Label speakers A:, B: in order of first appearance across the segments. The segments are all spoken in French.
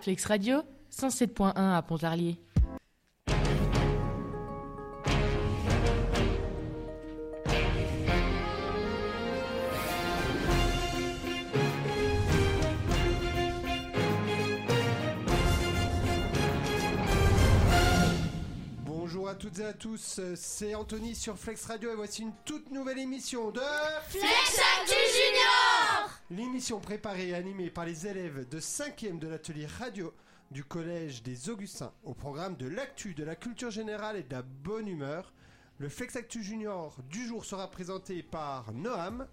A: Flex Radio, 107.1 à Pontarlier.
B: Bonjour à toutes et à tous, c'est Anthony sur Flex Radio et voici une toute nouvelle émission de
C: Flex Actu Junior
B: l'émission préparée et animée par les élèves de 5e de l'atelier radio du collège des Augustins au programme de l'actu, de la culture générale et de la bonne humeur. Le Flex Actu Junior du jour sera présenté par Noam.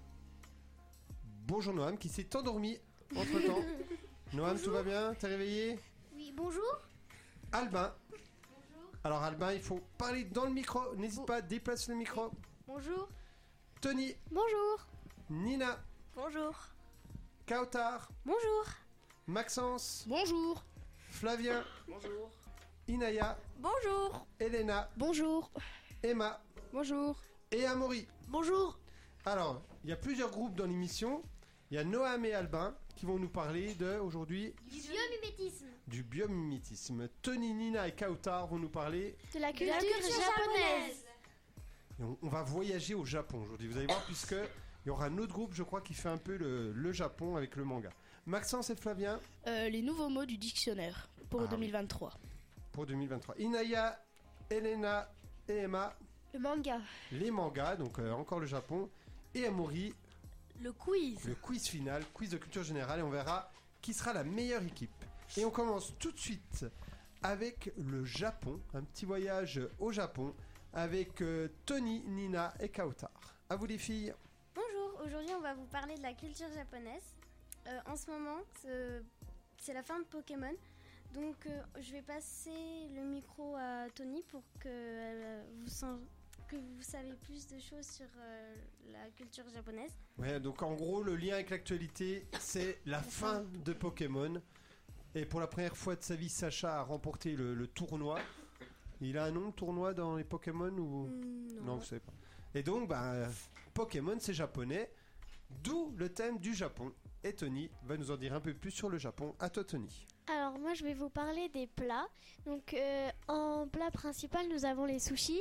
B: Bonjour Noam qui s'est endormi entre temps. Noam, tout va bien T'es réveillé
C: Oui, bonjour.
B: Albin. Alors Albin, il faut parler dans le micro. N'hésite pas, déplace le micro.
C: Bonjour.
B: Tony,
C: Bonjour.
B: Nina,
C: Bonjour.
B: Kautar,
C: Bonjour.
B: Maxence,
C: Bonjour.
B: Flavien, Inaya,
C: Bonjour.
B: Elena,
C: Bonjour.
B: Emma
C: Bonjour.
B: et Amaury.
C: Bonjour.
B: Alors, il y a plusieurs groupes dans l'émission. Il y a Noam et Albin qui vont nous parler de aujourd'hui
C: Du biomimétisme.
B: du biomimétisme. Tony, Nina et Kautar vont nous parler.
C: De la
D: culture japonaise.
B: Et on, on va voyager au Japon aujourd'hui. Vous allez voir puisque il y aura un autre groupe, je crois, qui fait un peu le, le Japon avec le manga. Maxence et Flavien
D: Euh, les nouveaux mots du dictionnaire pour
B: Ah oui.
D: 2023.
B: pour 2023. Inaya, Elena et Emma,
D: Le manga.
B: les mangas, donc euh, encore le Japon. Et Amaury,
D: Le quiz.
B: le quiz final, quiz de culture générale, et on verra qui sera la meilleure équipe. Et on commence tout de suite avec le Japon, un petit voyage au Japon avec euh, Tony, Nina et Kautar. À vous les filles.
E: Bonjour, aujourd'hui on va vous parler de la culture japonaise. Euh, en ce moment, euh, c'est la fin de Pokémon, donc euh, je vais passer le micro à Tony pour que, euh, vous, sen- que vous savez plus de choses sur euh, la culture japonaise.
B: Ouais, donc en gros, le lien avec l'actualité, c'est la fin de Pokémon. Et pour la première fois de sa vie, Sacha a remporté le, le tournoi. Il a un nom, le tournoi, dans les Pokémon ou... Non, vous savez pas. Et donc, bah, euh, Pokémon, c'est japonais, d'où le thème du Japon. Et Tony va nous en dire un peu plus sur le Japon. À toi, Tony.
F: Alors moi je vais vous parler des plats. Donc euh, en plat principal nous avons les sushis.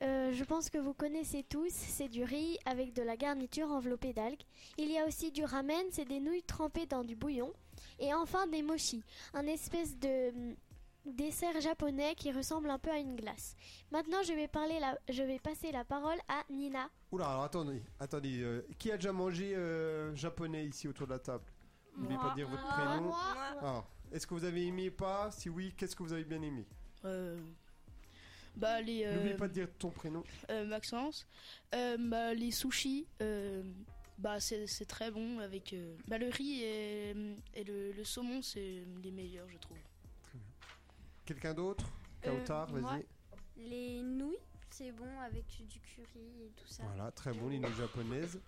F: Euh, je pense que vous connaissez tous, c'est du riz avec de la garniture enveloppée d'algues. Il y a aussi du ramen, c'est des nouilles trempées dans du bouillon. Et enfin des mochi, un espèce de hum, dessert japonais qui ressemble un peu à une glace. Maintenant je vais, parler la- je vais passer la parole à Nina.
B: Oula, alors attendez, attendez. euh, qui a déjà mangé euh, japonais ici autour de la table N'oubliez pas de dire votre prénom. Alors, est-ce que vous avez aimé ou pas Si oui, qu'est-ce que vous avez bien aimé
D: Euh, bah les euh,
B: N'oubliez pas de dire ton prénom.
D: euh, Maxence. Euh, bah les sushis. euh, bah c'est c'est très bon avec euh, bah, le riz et, et le, le saumon c'est les meilleurs je trouve.
B: Quelqu'un d'autre
E: Euh,
B: Kautar,
E: moi.
B: vas-y.
E: Les nouilles, c'est bon avec du curry et tout ça.
B: Voilà, très bon, les nouilles japonaises.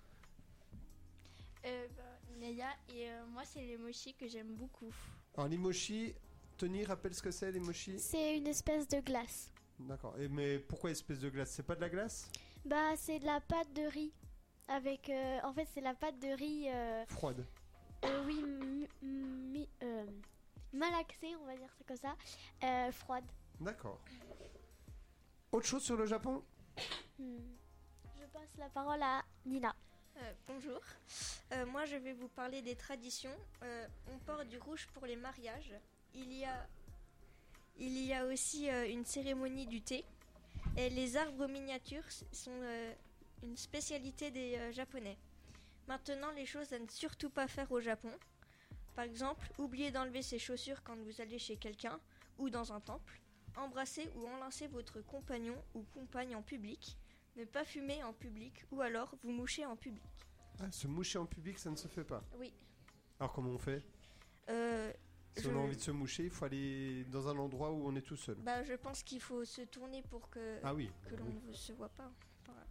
G: Euh, bah, Naya et euh, moi c'est les mochis que j'aime beaucoup.
B: Alors, les mochi, Tony, rappelle ce que c'est, les mochi
F: C'est une espèce de glace.
B: D'accord. Et mais pourquoi espèce de glace C'est pas de la glace
F: Bah c'est de la pâte de riz. Avec, euh, en fait c'est la pâte de riz... euh,
B: Froide.
F: Euh, oui, mi- mi- euh, malaxée, on va dire ça comme ça, euh, froide.
B: D'accord. Autre chose sur le Japon
F: Hmm. Je passe la parole à Nina.
G: Euh, bonjour, Euh, moi je vais vous parler des traditions. Euh, on porte du rouge pour les mariages. Il y a, il y a aussi euh, une cérémonie du thé. Et les arbres miniatures s- sont euh, une spécialité des euh, Japonais. Maintenant, les choses à ne surtout pas faire au Japon. Par exemple, oubliez d'enlever ses chaussures quand vous allez chez quelqu'un ou dans un temple. Embrasser ou enlacer votre compagnon ou compagne en public. Ne pas fumer en public ou alors vous moucher en public.
B: ah, Se moucher en public, ça ne se fait pas.
G: Oui.
B: Alors comment on fait
G: Euh,
B: Si
G: je,
B: on a envie de se moucher, il faut aller dans un endroit où on est tout seul.
G: bah, je pense qu'il faut se tourner pour que,
B: Ah oui.
G: que l'on
B: oui.
G: ne se voit pas. Voilà.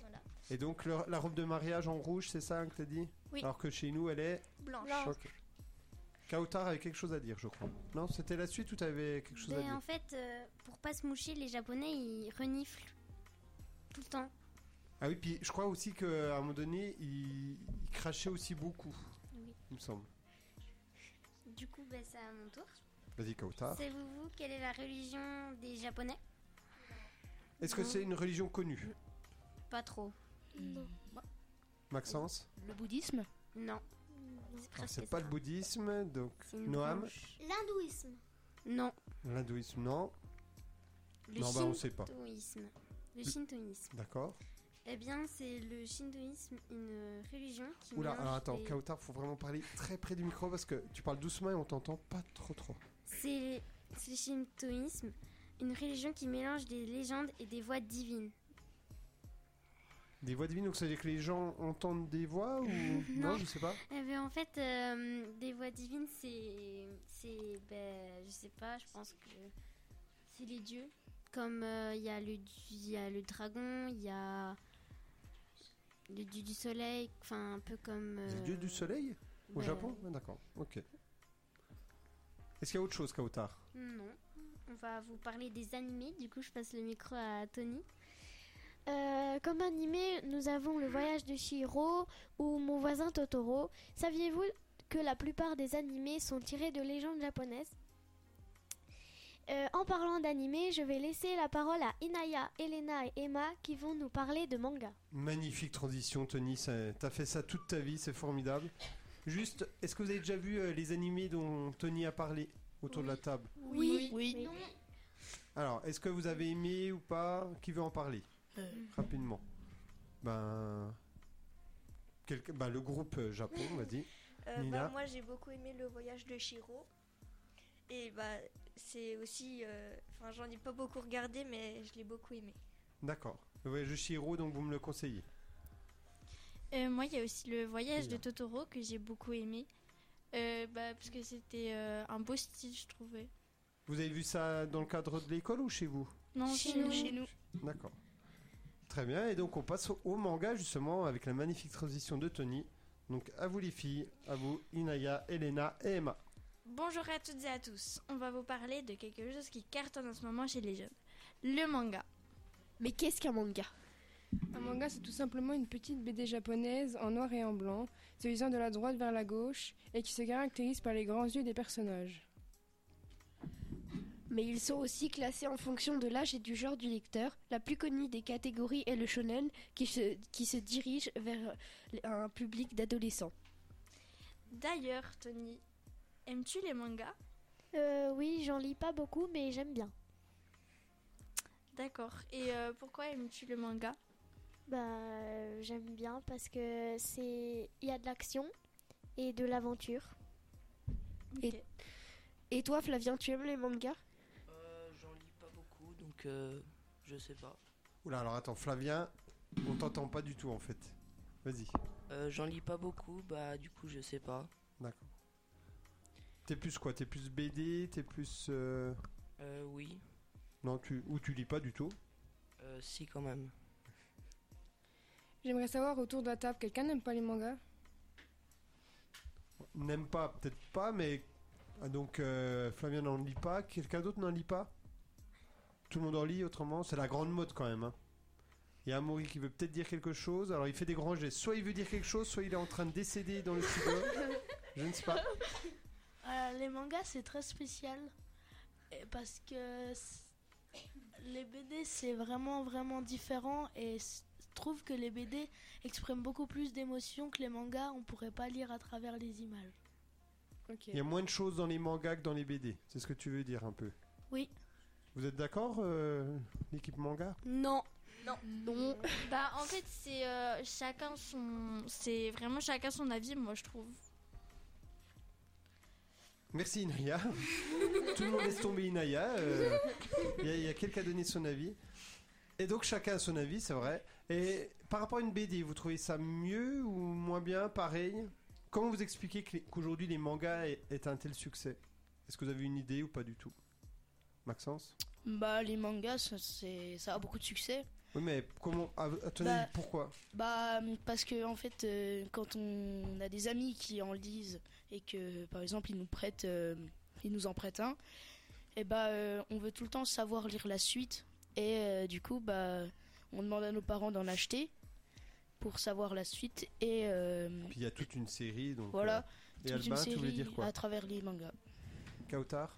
G: Voilà.
B: Et donc le- la robe de mariage en rouge, c'est ça hein, que t'as dit
G: Oui.
B: Alors que chez nous, elle est
G: Blanche.
B: choc. Kautar avait quelque chose à dire, je crois. Non, c'était la suite ou t'avais quelque chose à
E: Ben,
B: dire
E: en fait, euh, pour pas se moucher, les Japonais ils reniflent tout le temps.
B: Ah oui, puis je crois aussi qu'à un moment donné, il, il crachait aussi beaucoup,
E: Oui.
B: il me semble.
E: Du coup, ben, c'est à mon tour.
B: Vas-y, Kautar.
E: Savez-vous quelle est la religion des Japonais
B: Est-ce que c'est une religion connue
E: Pas trop. Hmm.
F: Non.
B: Maxence
D: Le bouddhisme
E: Non.
F: Non.
E: C'est
B: Alors,
E: presque
B: Ah, C'est pas
E: ça.
B: le bouddhisme, donc
E: C'est une
B: Noam
E: branche.
C: L'hindouisme.
E: Non.
B: L'hindouisme, non.
E: Le
B: non, bah on sait pas.
E: shintoïsme. Le shintoïsme.
B: D'accord.
E: Eh bien, c'est le shintoïsme, une religion qui.
B: Oula,
E: mélange
B: alors attends,
E: les-
B: Kautar, faut vraiment parler très près du micro parce que tu parles doucement et on t'entend pas trop trop.
E: C'est c'est le shintoïsme, une religion qui mélange des légendes et des voix divines.
B: Des voix divines, donc ça veut dire que les gens entendent des voix ou. non,
E: Non.
B: je sais pas.
E: Eh ben, en fait, euh, des voix divines, c'est. C'est. Ben, je sais pas, je pense que. C'est les dieux. Comme euh, il y, a le dieu- il y a le dragon, il y a. Le dieu du soleil, enfin, un peu comme.
B: Les
E: euh,
B: dieux du soleil Au
E: ben,
B: Japon Ah, D'accord, ok. Est-ce qu'il y a autre chose, Kautar
E: Non. On va vous parler des animés, du coup, je passe le micro à Tony.
F: Euh, comme animé, nous avons Le Voyage de Chihiro ou Mon voisin Totoro. Saviez-vous que la plupart des animés sont tirés de légendes japonaises Euh, En parlant d'animé, je vais laisser la parole à Inaya, Elena et Emma qui vont nous parler de manga.
B: Magnifique transition, Tony. ça- T'as fait ça toute ta vie, c'est formidable. Juste, est-ce que vous avez déjà vu euh, les animés dont Tony a parlé autour de la table
D: Oui. Oui.
C: Non.
B: Alors, est-ce que vous avez aimé ou pas Qui veut en parler
D: Euh.
B: Rapidement. Ben. quelqu'un- ben, le groupe euh, Japon, on va dire.
G: Euh, bah,
B: ah, Nina
G: moi j'ai beaucoup aimé le voyage de Shiro. Et bah c'est aussi. euh, Enfin j'en ai pas beaucoup regardé mais je l'ai beaucoup aimé.
B: D'accord. Le voyage de Chihiro, donc vous me le conseillez.
H: Euh, moi, il y a aussi le voyage
B: Bien.
H: de Totoro que j'ai beaucoup aimé. Euh, bah, parce que c'était euh, un beau style, je trouvais.
B: Vous avez vu ça dans le cadre de l'école ou chez vous
H: Non,
C: Chez
H: chez nous.
C: nous.
D: Chez nous.
B: D'accord. Très bien, et donc on passe au- au manga justement avec la magnifique transition de Tony. Donc à vous les filles, à vous Inaya, Elena et Emma.
H: Bonjour à toutes et à tous. On va vous parler de quelque chose qui cartonne en ce moment chez les jeunes. Le manga.
I: Mais qu'est-ce qu'un manga
J: Un manga, c'est tout simplement une petite BD japonaise en noir et en blanc, se lisant de la droite vers la gauche et qui se caractérise par les grands yeux des personnages.
I: Mais ils sont aussi classés en fonction de l'âge et du genre du lecteur. La plus connue des catégories est le shonen, qui se, qui se dirige vers un public d'adolescents.
H: D'ailleurs, Tony, aimes-tu les mangas
F: Euh, oui, j'en lis pas beaucoup, mais j'aime bien.
H: D'accord. Et euh, pourquoi aimes-tu le manga
F: Bah, euh, j'aime bien parce que c'est il y a de l'action et de l'aventure.
I: Et-
H: Ok.
I: Et toi, Flavien, tu aimes les mangas
K: Euh, J'en lis pas beaucoup, donc euh, je sais pas.
B: Oula, alors attends, Flavien, on t'entend pas du tout en fait. Vas-y,
K: Euh, J'en lis pas beaucoup, bah du coup je sais pas.
B: d'accord. T'es plus quoi T'es plus BD T'es plus. euh,
K: Euh, oui,
B: Non, tu... ou tu lis pas du tout
K: Euh, si quand même.
J: J'aimerais savoir autour de la table, quelqu'un n'aime pas les mangas
B: N'aime pas, peut-être pas, mais. Ah, donc euh, Flavien n'en lit pas, quelqu'un d'autre n'en lit pas Tout le monde en lit autrement, c'est la grande mode quand même. hein. Il y a Amaury qui veut peut-être dire quelque chose, alors il fait des grands gestes. Soit il veut dire quelque chose, soit il est en train de décéder dans le studio. Je ne sais pas.
L: Euh, les mangas, c'est très spécial. Et parce que c- les BD, c'est vraiment, vraiment différent. Et s- je trouve que les BD expriment beaucoup plus d'émotions que les mangas. On pourrait pas lire à travers les images.
J: Ok.
B: Il y a moins de choses dans les mangas que dans les BD. C'est ce que tu veux dire un peu
L: Oui.
B: Vous êtes d'accord, euh, l'équipe manga
L: Non.
H: Non. Bah
M: Ah,
H: en fait c'est euh, chacun son, c'est vraiment chacun son avis moi je trouve.
B: Merci Inaya. Tout le monde laisse tomber Inaya. euh, Il y a- il y a, quelqu'un qui a donné son avis. Et donc chacun a son avis, c'est vrai. Et par rapport à une BD, vous trouvez ça mieux ou moins bien Pareil Comment vous expliquez que les- qu'aujourd'hui les mangas est, est un tel succès Est-ce que vous avez une idée ou pas du tout Maxence
D: Bah, les mangas, ça, c'est- ça a beaucoup de succès.
B: Oui, mais comment à, à ton
D: Bah-
B: avis, pourquoi
D: Bah, parce que en fait, euh, quand on a des amis qui en lisent et que, par exemple, ils nous prêtent, euh, ils nous en prêtent un, et bah, euh, on veut tout le temps savoir lire la suite. Et euh, du coup, bah, on demande à nos parents d'en acheter pour savoir la suite. Et euh,
B: Puis il y a toute une série, donc.
D: voilà,
B: euh, et
D: toute
B: Albin,
D: une
B: tu voulais
D: série
B: dire quoi
D: à travers les mangas.
B: Kautar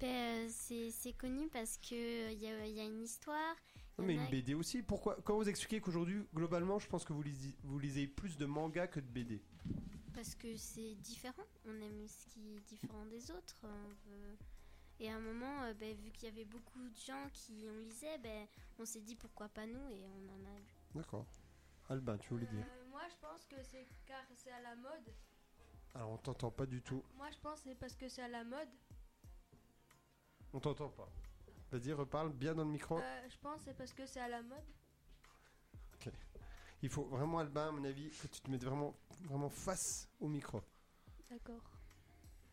E: Ben, euh, c'est c'est connu parce que euh, il y, a- y a une histoire.
B: Non,
E: y
B: mais
E: en a-
B: une BD aussi. Pourquoi Quand vous expliquez qu'aujourd'hui, globalement, je pense que vous lisez, vous lisez plus de mangas que de BD.
E: Parce que c'est différent. On aime ce qui est différent des autres. On veut- Et à un moment, euh, ben, vu qu'il y avait beaucoup de gens qui en lisaient, ben, on s'est dit pourquoi pas nous et on en a lu.
B: D'accord. Albin, tu voulais dire
M: euh, Moi, je pense que c'est car c'est à la mode.
B: Alors, on t'entend pas du tout.
M: Moi, je pense que c'est parce que c'est à la mode.
B: On t'entend pas. Vas-y, reparle bien dans le micro.
M: Euh, je pense que c'est parce que c'est à la mode.
B: Ok. Il faut vraiment, Albin, à mon avis, que tu te mettes vraiment, vraiment face au micro.
M: D'accord.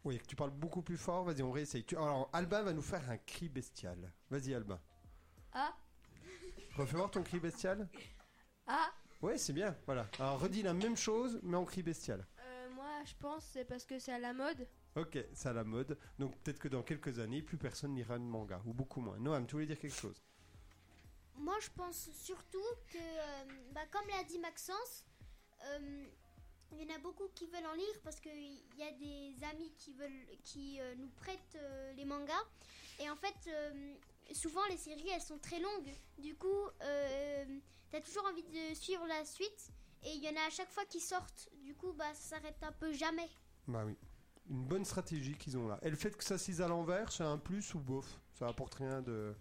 B: Oui, que tu parles beaucoup plus fort. Vas-y, on réessaye. Tu- Alors, Albin va nous faire un cri bestial. Vas-y, Albin.
M: Ah
B: Refais voir ton cri bestial.
M: Ah
B: Ouais, c'est bien. Voilà. Alors, redis la même chose, mais en cri bestial.
M: Euh, Moi, je pense que c'est parce que c'est à la mode.
B: Ok, c'est à la mode. Donc, peut-être que dans quelques années, plus personne n'ira de manga, ou beaucoup moins. Noam, tu voulais dire quelque chose
C: Moi, je pense surtout que, euh, bah, comme l'a dit Maxence, euh, il y en a beaucoup qui veulent en lire parce qu'il y a des amis qui, veulent, qui euh, nous prêtent euh, les mangas. Et en fait, euh, souvent, les séries, elles sont très longues. Du coup, euh, t'as toujours envie de suivre la suite. Et il y en a à chaque fois qui sortent. Du coup, bah, ça s'arrête un peu jamais.
B: Bah oui. Une bonne stratégie qu'ils ont là. Et le fait que ça s'ise à l'envers, c'est un plus ou bof Ça apporte rien de.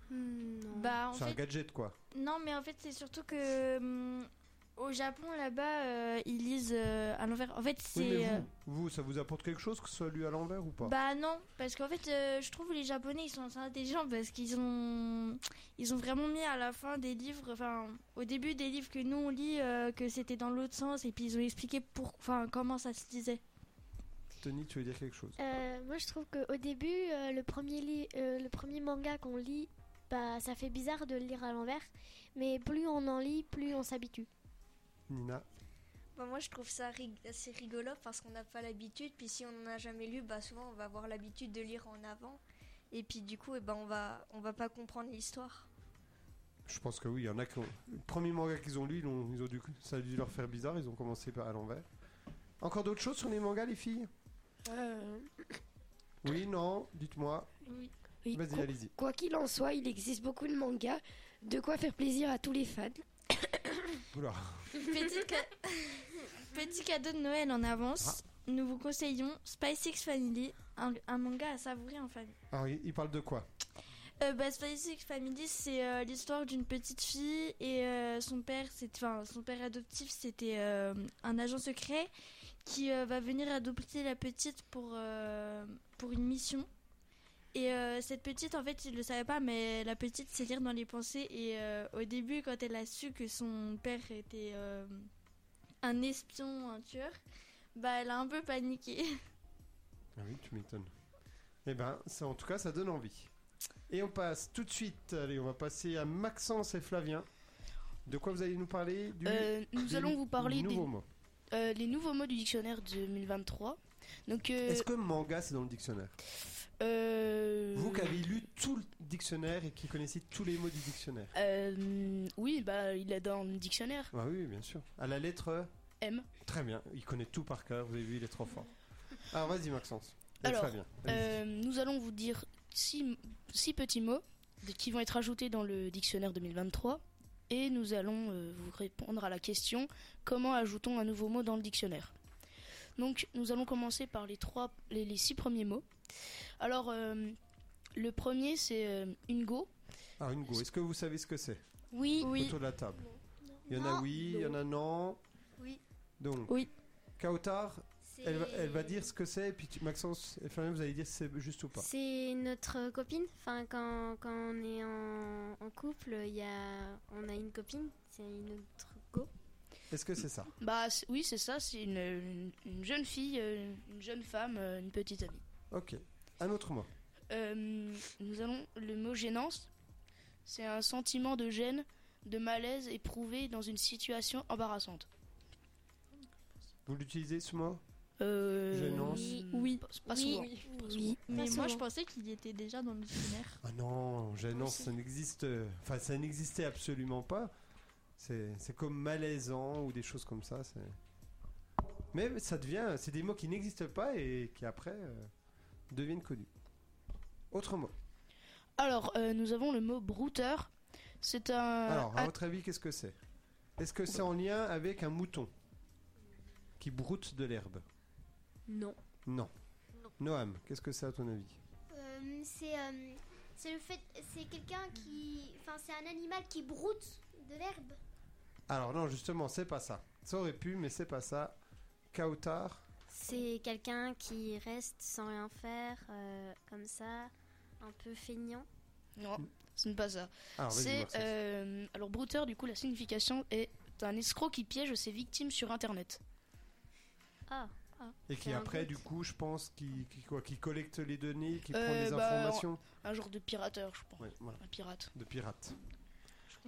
H: Bah, en
B: C'est un
H: fait-
B: gadget quoi.
H: Non, mais en fait, c'est surtout que hum, au Japon, là-bas, euh, ils lisent euh, à l'envers. En fait, c'est.
B: Oui, mais
H: euh,
B: vous, vous, ça vous apporte quelque chose que ce soit lu à l'envers ou pas
H: Bah non, parce qu'en fait, euh, je trouve les Japonais ils sont assez intelligents parce qu'ils ont ils ont vraiment mis à la fin des livres, enfin au début des livres que nous on lit euh, que c'était dans l'autre sens et puis ils ont expliqué pour, enfin comment ça se disait.
B: Tony, tu veux dire quelque chose
F: Euh, moi, je trouve qu'au début, euh, le, premier li- euh, le premier manga qu'on lit, bah, ça fait bizarre de le lire à l'envers. Mais plus on en lit, plus on s'habitue.
B: Nina
G: Bah, moi, je trouve ça rig- assez rigolo parce qu'on n'a pas l'habitude. Puis si on n'en a jamais lu, bah, souvent, on va avoir l'habitude de lire en avant. Et puis du coup, eh ben, on va, on va pas comprendre l'histoire.
B: Je pense que oui, il y en a qui ont. Le premier manga qu'ils ont lu, ils ont, ils ont dû... ça a dû leur faire bizarre, ils ont commencé par à l'envers. Encore d'autres choses sur les mangas, les filles
H: Euh.
B: Oui, non, dites-moi.
I: Oui,
B: Vas-y,
I: quoi-
B: allez-y.
I: Quoi qu'il en soit, il existe beaucoup de mangas, de quoi faire plaisir à tous les fans.
B: Oula.
H: Petit, ca- Petit cadeau de Noël en avance, nous vous conseillons Spice X Family, un, un manga à savourer en famille.
B: Alors, Ah il, il parle de quoi
H: Euh, bah, Spice X Family, c'est euh, l'histoire d'une petite fille et euh, son père, c'est, enfin, son père adoptif, c'était euh, un agent secret qui euh, va venir adopter la petite pour euh, pour une mission. Et euh, cette petite, en fait, il le savait pas, mais la petite sait lire dans les pensées. Et euh, au début, quand elle a su que son père était euh, un espion, un tueur, bah, elle a un peu paniqué.
B: Ah oui, tu m'étonnes. Eh ben, ça, en tout cas, ça donne envie. Et on passe tout de suite, allez, on va passer à Maxence et Flavien. De quoi vous allez nous parler du,
D: Euh, nous
B: des
D: allons vous parler des-
B: nouveaux mots.
D: Euh, les nouveaux mots du dictionnaire 2023. Donc, euh,
B: Est-ce que manga, c'est dans le dictionnaire
D: euh,
B: Vous qui avez lu tout le dictionnaire et qui connaissez tous les mots du dictionnaire.
D: euh, oui, bah, il est dans le dictionnaire.
B: Ah oui, bien sûr. À la lettre
D: M.
B: Très bien, il connaît tout par cœur, vous avez vu, il est trop fort. Alors vas-y Maxence. Et
D: Alors,
B: Flavien, allez-y.
D: euh, nous allons vous dire six, six petits mots de- qui vont être ajoutés dans le dictionnaire 2023 et nous allons euh, vous répondre à la question comment ajoutons un nouveau mot dans le dictionnaire. Donc, nous allons commencer par les trois, les, les six premiers mots. Alors, euh, le premier c'est euh, une go.
B: Alors une go, Ah, est-ce que vous savez ce que c'est
D: Oui. Oui.
B: Autour de la table. Il y en a
D: Non.
B: oui, il y en a non.
G: Oui.
B: Donc,
H: oui.
B: Kautar, elle va,
E: C'est-
B: elle va dire ce que c'est, et puis tu- Maxence et Flavien, vous allez dire si c'est juste ou pas.
E: C'est notre copine. Enfin, quand, quand on est en, en couple, il y a, on a une copine. C'est notre go.
B: Est-ce que c'est ça
D: Bah c- oui, c'est ça, c'est une, une- une jeune fille, euh, une jeune femme, euh, une petite amie.
B: Ok. Un autre mot.
D: Euh, nous allons le mot gênance. C'est un sentiment de gêne, de malaise éprouvé dans une situation embarrassante.
B: Vous l'utilisez ce mot
D: Euh,
B: Gênance.
H: Oui.
D: Pas- pas souvent. Pas souvent.
H: Mais
D: Pas
H: moi, je
D: souvent.
H: pensais qu'il y était déjà dans le dictionnaire.
B: Ah non, gênance, ça n'existe. Enfin, ça n'existait absolument pas. C'est c'est comme malaisant ou des choses comme ça. c'est- Mais ça devient. C'est des mots qui n'existent pas et qui après euh, deviennent connus. Autre mot.
D: Alors, euh, nous avons le mot brouteur. C'est un.
B: Alors, à
D: at-
B: votre avis, qu'est-ce que c'est Est-ce que c'est en lien avec un mouton qui broute de l'herbe
M: Non.
B: Non. Noam, qu'est-ce que c'est à ton avis
C: Euh, c'est euh, c'est le fait c'est quelqu'un qui enfin c'est un animal qui broute de l'herbe.
B: Alors non, justement, c'est pas ça. Ça aurait pu, mais c'est pas ça. Kautar
E: C'est quelqu'un qui reste sans rien faire, euh, comme ça, un peu feignant.
D: Non, ce n'est pas ça.
E: Alors, vas-y,
D: c'est
E: Marcel.
D: euh, alors brouteur. Du coup, la signification est un escroc qui piège ses victimes sur Internet.
E: Ah.
B: et qui
D: un
B: après,
D: doute.
B: du coup, je pense, qui, qui, quoi, qui collecte les données, qui prend
D: Euh,
B: les
D: bah,
B: informations.
D: Un genre de pirateur, je pense.
B: Ouais, voilà.
D: Un pirate.
B: De pirate.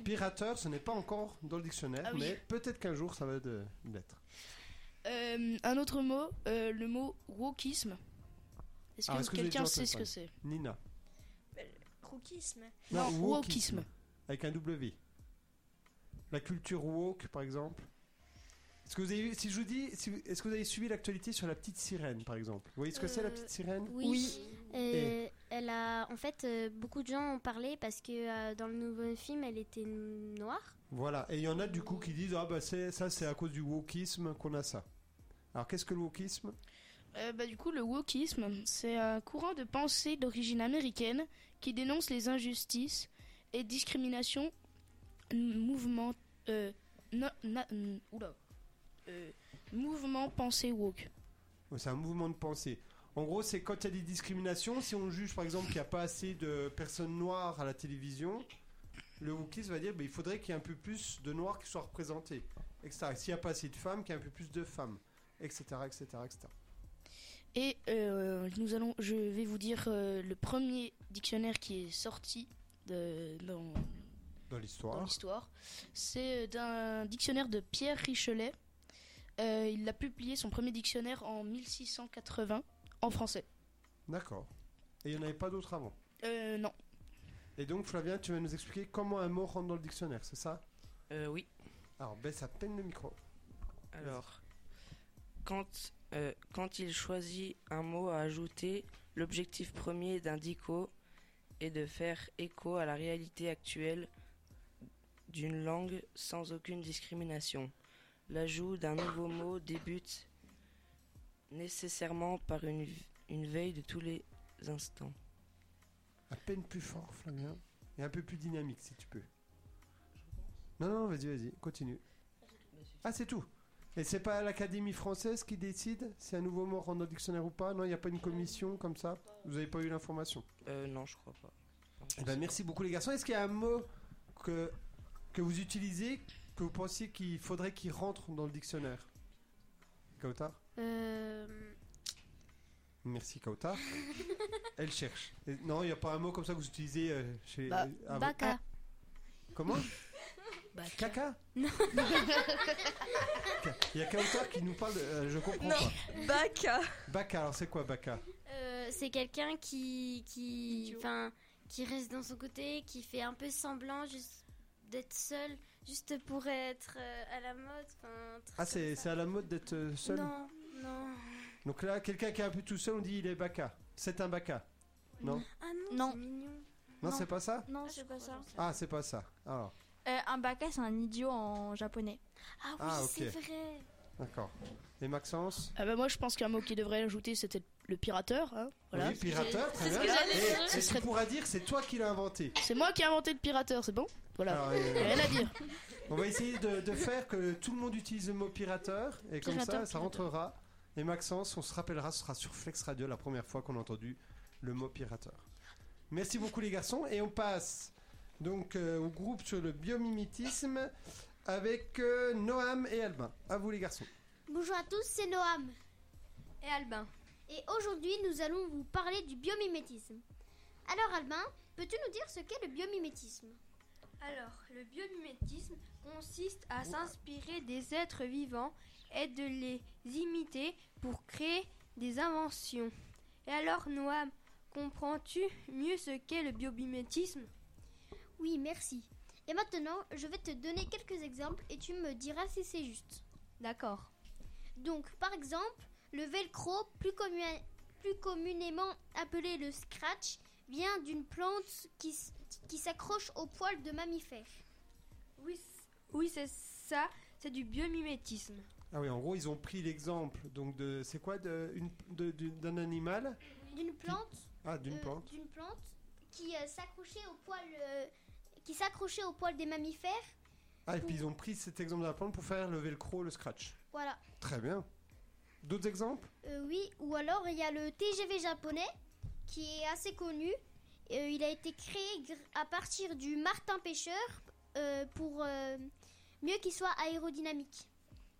B: Pirateur, ce n'est pas encore dans le dictionnaire,
D: Ah oui.
B: mais peut-être qu'un jour ça va de- l'être.
D: Euh, un autre mot, euh, le mot wokisme. Est-ce que,
B: Alors, est-ce vous avez
D: quelqu'un
B: déjà
D: sait
B: entendu
D: ce que
B: parler
D: c'est
B: Nina.
G: Rookisme.
D: Non,
B: wokisme.
D: wokisme.
B: Avec un W. La culture woke, par exemple. Est-ce que vous avez, si je vous dis, si vous- est-ce que vous avez suivi l'actualité sur la petite sirène, par exemple Vous voyez ce que c'est la
E: Euh,
B: petite sirène
E: Oui. Euh, Elle a, en fait, euh, beaucoup de gens ont parlé parce que euh, dans le nouveau film, elle était noire.
B: Voilà, et il y en a du coup qui disent ah bah c'est ça c'est à cause du wokisme qu'on a ça. Alors qu'est-ce que le wokisme
D: Euh, bah, du coup, le wokisme, c'est un courant de pensée d'origine américaine qui dénonce les injustices et discriminations n- mouvement, euh, na- na- n- oula, euh, mouvement pensée woke.
B: Oh, C'est un mouvement de pensée. En gros, c'est quand il y a des discriminations, si on juge par exemple qu'il n'y a pas assez de personnes noires à la télévision, le wokisme va dire bah, il faudrait qu'il y ait un peu plus de noirs qui soient représentés, etc. S'il n'y a pas assez de femmes, qu'il y ait un peu plus de femmes, etc. etc., etc.
D: Et euh, nous allons, je vais vous dire euh, le premier dictionnaire qui est sorti de- dans,
B: Dans
D: dans
B: l'histoire.
D: l'histoire. C'est euh, d'un dictionnaire de Pierre Richelet. Euh, il a publié son premier dictionnaire en 1680 en français.
B: D'accord. Et il n'y en avait pas d'autres avant.
D: Euh, non.
B: Et donc, Flavien, tu vas nous expliquer comment un mot rentre dans le dictionnaire, c'est ça
K: Euh, oui.
B: Alors, baisse à peine le micro.
K: Alors, quand, euh, quand il choisit un mot à ajouter, l'objectif premier d'un dico est de faire écho à la réalité actuelle d'une langue sans aucune discrimination. L'ajout d'un nouveau mot débute nécessairement par une, une veille de tous les instants.
B: À peine plus fort, Flavien. Et un peu plus dynamique, si tu peux. Non, non, vas-y, vas-y, continue. Ah, c'est tout. Et c'est pas l'Académie française qui décide si un nouveau mot rentre dans le dictionnaire ou pas Non, il n'y a pas une commission comme ça Vous n'avez pas eu l'information
K: Euh, non, je crois pas.
B: Eh ben, merci beaucoup les garçons. Est-ce qu'il y a un mot que, que vous utilisez que vous pensiez qu'il faudrait qu'il rentre dans le dictionnaire Kautar
E: Euh,
B: Merci Kautar. Elle cherche. Et- non, il n'y a pas un mot comme ça que vous utilisez euh, chez...
E: Bah,
B: euh, à-
E: baka.
B: Comment
D: Bah,
B: Caca
E: Non.
B: Il y a Kautar qui nous parle, de- euh, je comprends pas.
G: Baka.
B: Baka, alors c'est quoi Baka
E: Euh, c'est quelqu'un qui qui enfin qui reste dans son côté, qui fait un peu semblant juste d'être seul, juste pour être euh, à la mode. Enfin, tr-
B: Ah, c'est c'est à la mode d'être euh, seul
E: Non, non.
B: Donc là, quelqu'un qui est un peu tout seul, on dit il est Baka. C'est un Baka. Non
E: Ah non, c'est mignon.
B: Non, c'est pas ça
H: Non, c'est pas ça.
B: Ah, c'est pas ça. Alors,
H: Euh, un baka, c'est un idiot en japonais.
E: Ah
B: oui, Ah, ok. c'est
E: vrai.
B: d'accord. Et Maxence
D: Ah bah moi je pense qu'un mot qu'il devrait ajouter c'était le pirateur. hein, voilà.
B: Oui, pirateur, très
D: C'est ce
B: bien.
D: que j'allais
B: Et-
D: dire.
B: et
D: Ce serait-
B: tu pourras dire que c'est toi qui l'as inventé.
D: C'est moi qui ai inventé le pirateur, c'est bon Voilà.
B: Alors, euh,
D: Y a Rien à dire.
B: On va essayer de, de faire que tout le monde utilise le mot pirateur et comme ça,
D: Pirateur,
B: ça
D: pirateur.
B: rentrera. Et Maxence, on se rappellera, ce sera sur Flex Radio la première fois qu'on a entendu le mot pirateur. Merci beaucoup les garçons et on passe donc euh, au groupe sur le biomimétisme avec euh, Noam et Albin. À vous les garçons.
C: Bonjour à tous, c'est Noam.
M: Et Albin.
C: Et aujourd'hui, nous allons vous parler du biomimétisme. Alors, Albin, peux-tu nous dire ce qu'est le biomimétisme
M: Alors, le biomimétisme consiste
G: Ah,
M: à s'inspirer des êtres vivants et de les imiter pour créer des inventions. Et alors, Noam, comprends-tu mieux ce qu'est le biomimétisme
C: Oui, merci. Et maintenant, je vais te donner quelques exemples et tu me diras si c'est juste.
M: D'accord.
C: Donc, par exemple, le velcro, plus, commu- plus communément appelé le scratch,
F: vient d'une plante qui, s- qui s'accroche aux poils de mammifères.
G: Oui, oui c'est ça, c'est du biomimétisme.
B: Ah oui, en gros, ils ont pris l'exemple donc de c'est quoi de- une- de- d'une- d'un animal
F: D'une plante.
B: Ah, d'une
F: euh,
B: plante.
F: D'une plante qui euh, s'accrochait aux poils, euh, qui s'accrochait aux poils des mammifères.
B: Ah, et puis ils ont pris cet exemple de la plante pour faire lever le croc, le scratch.
F: Voilà.
B: Très bien. D'autres exemples
F: Euh, oui, ou alors il y a le TGV japonais qui est assez connu. Euh, il a été créé gr- à partir du Martin Pêcheur euh, pour euh, mieux qu'il soit aérodynamique.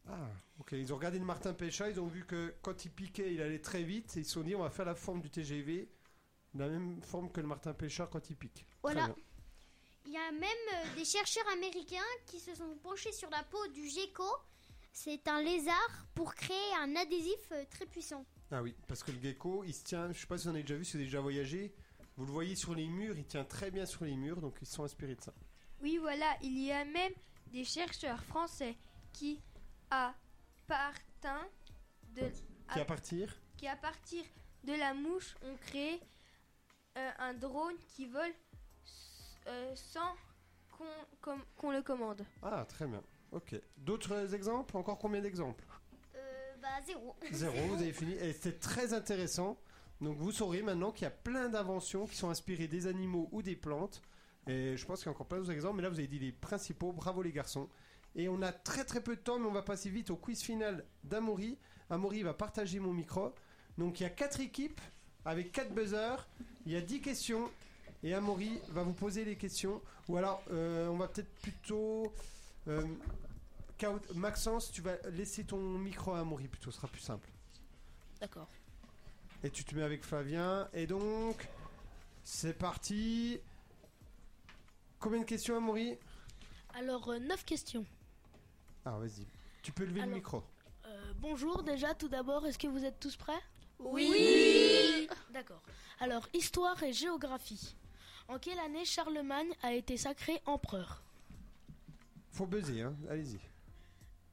B: Ah, ok. Ils ont regardé le Martin Pécha, ils ont vu que quand il piquait, il allait très vite, et ils se sont dit on va faire la forme du TGV, la même forme que le Martin Pécha quand il pique. Très
F: Voilà.
B: bien.
F: Il y a même euh, des chercheurs américains qui se sont penchés sur la peau du gecko. C'est un lézard pour créer un adhésif euh, très puissant.
B: Ah oui, parce que le gecko, il se tient, je sais pas si vous en avez déjà vu, si vous avez déjà voyagé, vous le voyez sur les murs, il tient très bien sur les murs, donc ils se sont inspirés de ça.
G: Oui, voilà, il y a même des chercheurs français qui appartin de
B: Qui à partir
G: qui, à partir de la mouche ont créé euh, un drone qui vole s- euh, sans qu'on com- qu'on le commande.
B: Ah, très bien. Ok. D'autres exemples Encore combien d'exemples
F: Euh, bah, zéro.
B: Zéro, vous avez fini. Et c'était très intéressant. Donc vous saurez maintenant qu'il y a plein d'inventions qui sont inspirées des animaux ou des plantes. Et je pense qu'il y a encore plein d'autres exemples. Mais là, vous avez dit les principaux. Bravo les garçons. Et on a très très peu de temps, mais on va passer vite au quiz final d'Amaury. Amaury va partager mon micro. Donc il y a quatre équipes avec quatre buzzers. Il y a 10 questions. Et Amaury va vous poser les questions. Ou alors, euh, on va peut-être plutôt... euh, Kao- Maxence, tu vas laisser ton micro à Amaury plutôt, ce sera plus simple.
D: D'accord.
B: Et tu te mets avec Flavien. Et donc, c'est parti. Combien de questions, Amaury
E: Alors, 9 questions.
B: Ah, vas-y. Tu peux lever le
E: Alors.
B: micro.
E: Euh, bonjour, déjà tout d'abord, est-ce que vous êtes tous prêts
G: Oui.
E: D'accord. Alors, histoire et géographie. En quelle année Charlemagne a été sacré empereur
B: Faut buzzer, hein. Allez-y.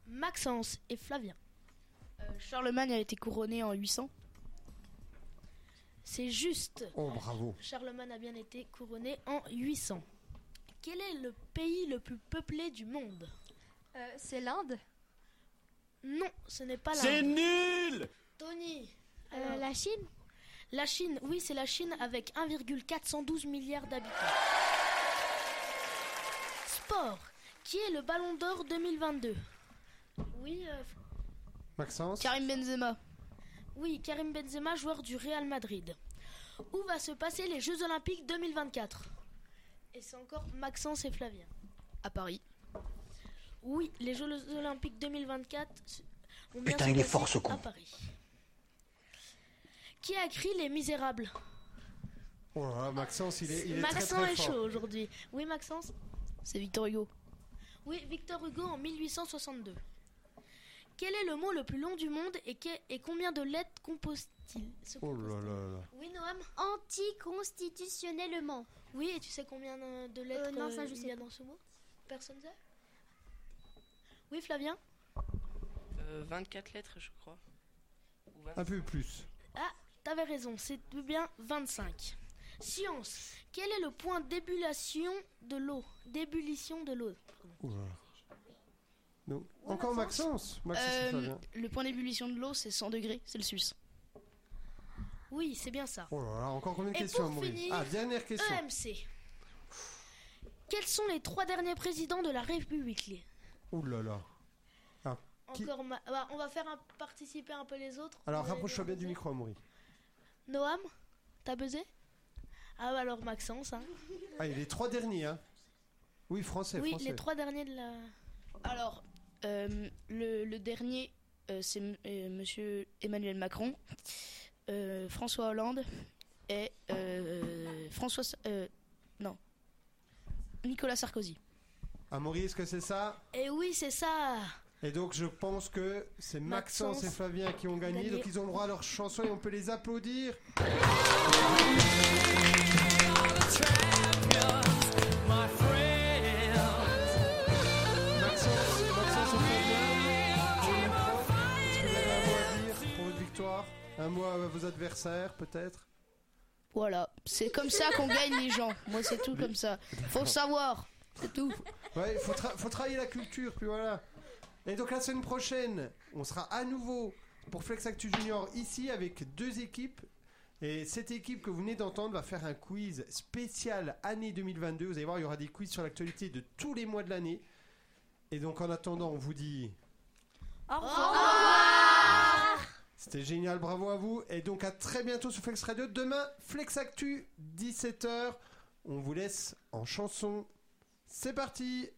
E: Maxence et Flavien.
D: Euh, Charlemagne a été couronné en 800.
E: C'est juste.
B: Oh, bravo.
E: Charlemagne a bien été couronné en 800. Quel est le pays le plus peuplé du monde
G: Euh, C'est l'Inde
E: Non, ce n'est pas l'Inde.
N: C'est nul
E: Tony
O: Euh, la
E: Chine La Chine, oui, c'est la Chine avec 1,412 milliards d'habitants. Sport Qui est le Ballon d'Or 2022 Oui,
B: Maxence
E: Karim Benzema. Oui, Karim Benzema, joueur du Real Madrid. Où va se passer les Jeux Olympiques 2024 Et c'est encore Maxence et Flavien.
D: À Paris.
E: Oui, les Jeux Olympiques 2024 se- vont bien
N: Putain,
E: se
N: il est
E: passer
N: fort, ce con.
E: À Paris. Qui a écrit Les Misérables
B: Oh là là, Maxence, il est, il est
E: Maxence
B: très, très
E: est
B: fort.
E: chaud aujourd'hui. Oui, Maxence
D: C'est Victor Hugo.
E: Oui, Victor Hugo en 1862. Quel est le mot le plus long du monde et, que- et combien de lettres compose-t-il Ce-
B: Oh là là là.
E: Oui, Noam
F: Anticonstitutionnellement.
E: Oui, et tu sais combien euh, de lettres
F: Euh, non, ça,
E: euh,
F: je
E: il
F: sais
E: y a dans ce mot Personne sait Oui, Flavien
K: Euh, 24 lettres, je crois. Ou 25.
B: Un peu plus.
E: Ah, t'avais raison, c'est bien 25. Science. Quel est le point d'ébullition de l'eau D'ébullition de l'eau.
B: Oh là là. Donc,
E: Oh,
B: encore Maxence Maxence,
E: Euh,
B: et Flavien.
D: Euh, le point d'ébullition de l'eau, c'est 100 degrés Celsius.
E: Oui, c'est bien ça.
B: Oh là là, encore combien de
E: Et
B: questions,
E: pour
B: Amaury
E: finir, euh,
B: Ah, dernière question.
E: EMC. E Quels sont les trois derniers présidents de la République les-
B: Oh là là. Ah, qui-
E: Encore ma- bah, on va faire un- participer un peu les autres.
B: Alors,
E: Vous avez
B: rapproche-toi bien du micro, Amaury.
E: Noam, t'as buzzé Ah bah alors Maxence. hein.
B: Ah, et les trois derniers, hein Oui, français,
E: oui,
B: français.
E: les trois derniers de la.
D: Alors, euh, le, le dernier, euh, c'est m- euh, Monsieur Emmanuel Macron, euh, François Hollande et euh, François... Sa- euh, non. Nicolas Sarkozy.
B: Amaury, est-ce que c'est ça
E: Et Eh oui, c'est ça.
B: Et donc je pense que c'est Maxence,
E: Maxence
B: et Flavien qui ont gagné,
E: gagné.
B: donc ils ont le droit à leur chanson et on peut les applaudir. Maxence, Maxence et Flavien, je vous prends. Est-ce que vous avez un mot à dire pour votre victoire Un mot à vos adversaires peut-être
D: Voilà, c'est comme ça qu'on gagne les gens. Moi, c'est tout comme ça. Faut le savoir, c'est tout.
B: Ouais, faut, tra- faut travailler la culture, puis voilà. Et donc la semaine prochaine, on sera à nouveau pour Flex Actu Junior ici avec deux équipes. Et cette équipe que vous venez d'entendre va faire un quiz spécial année 2022. Vous allez voir, il y aura des quiz sur l'actualité de tous les mois de l'année. Et donc en attendant, on vous dit...
G: Au
E: Oh,
G: revoir
B: C'était génial, bravo à vous. Et donc à très bientôt sur Flex Radio. Demain, Flex Actu, 17h. On vous laisse en chanson. C'est parti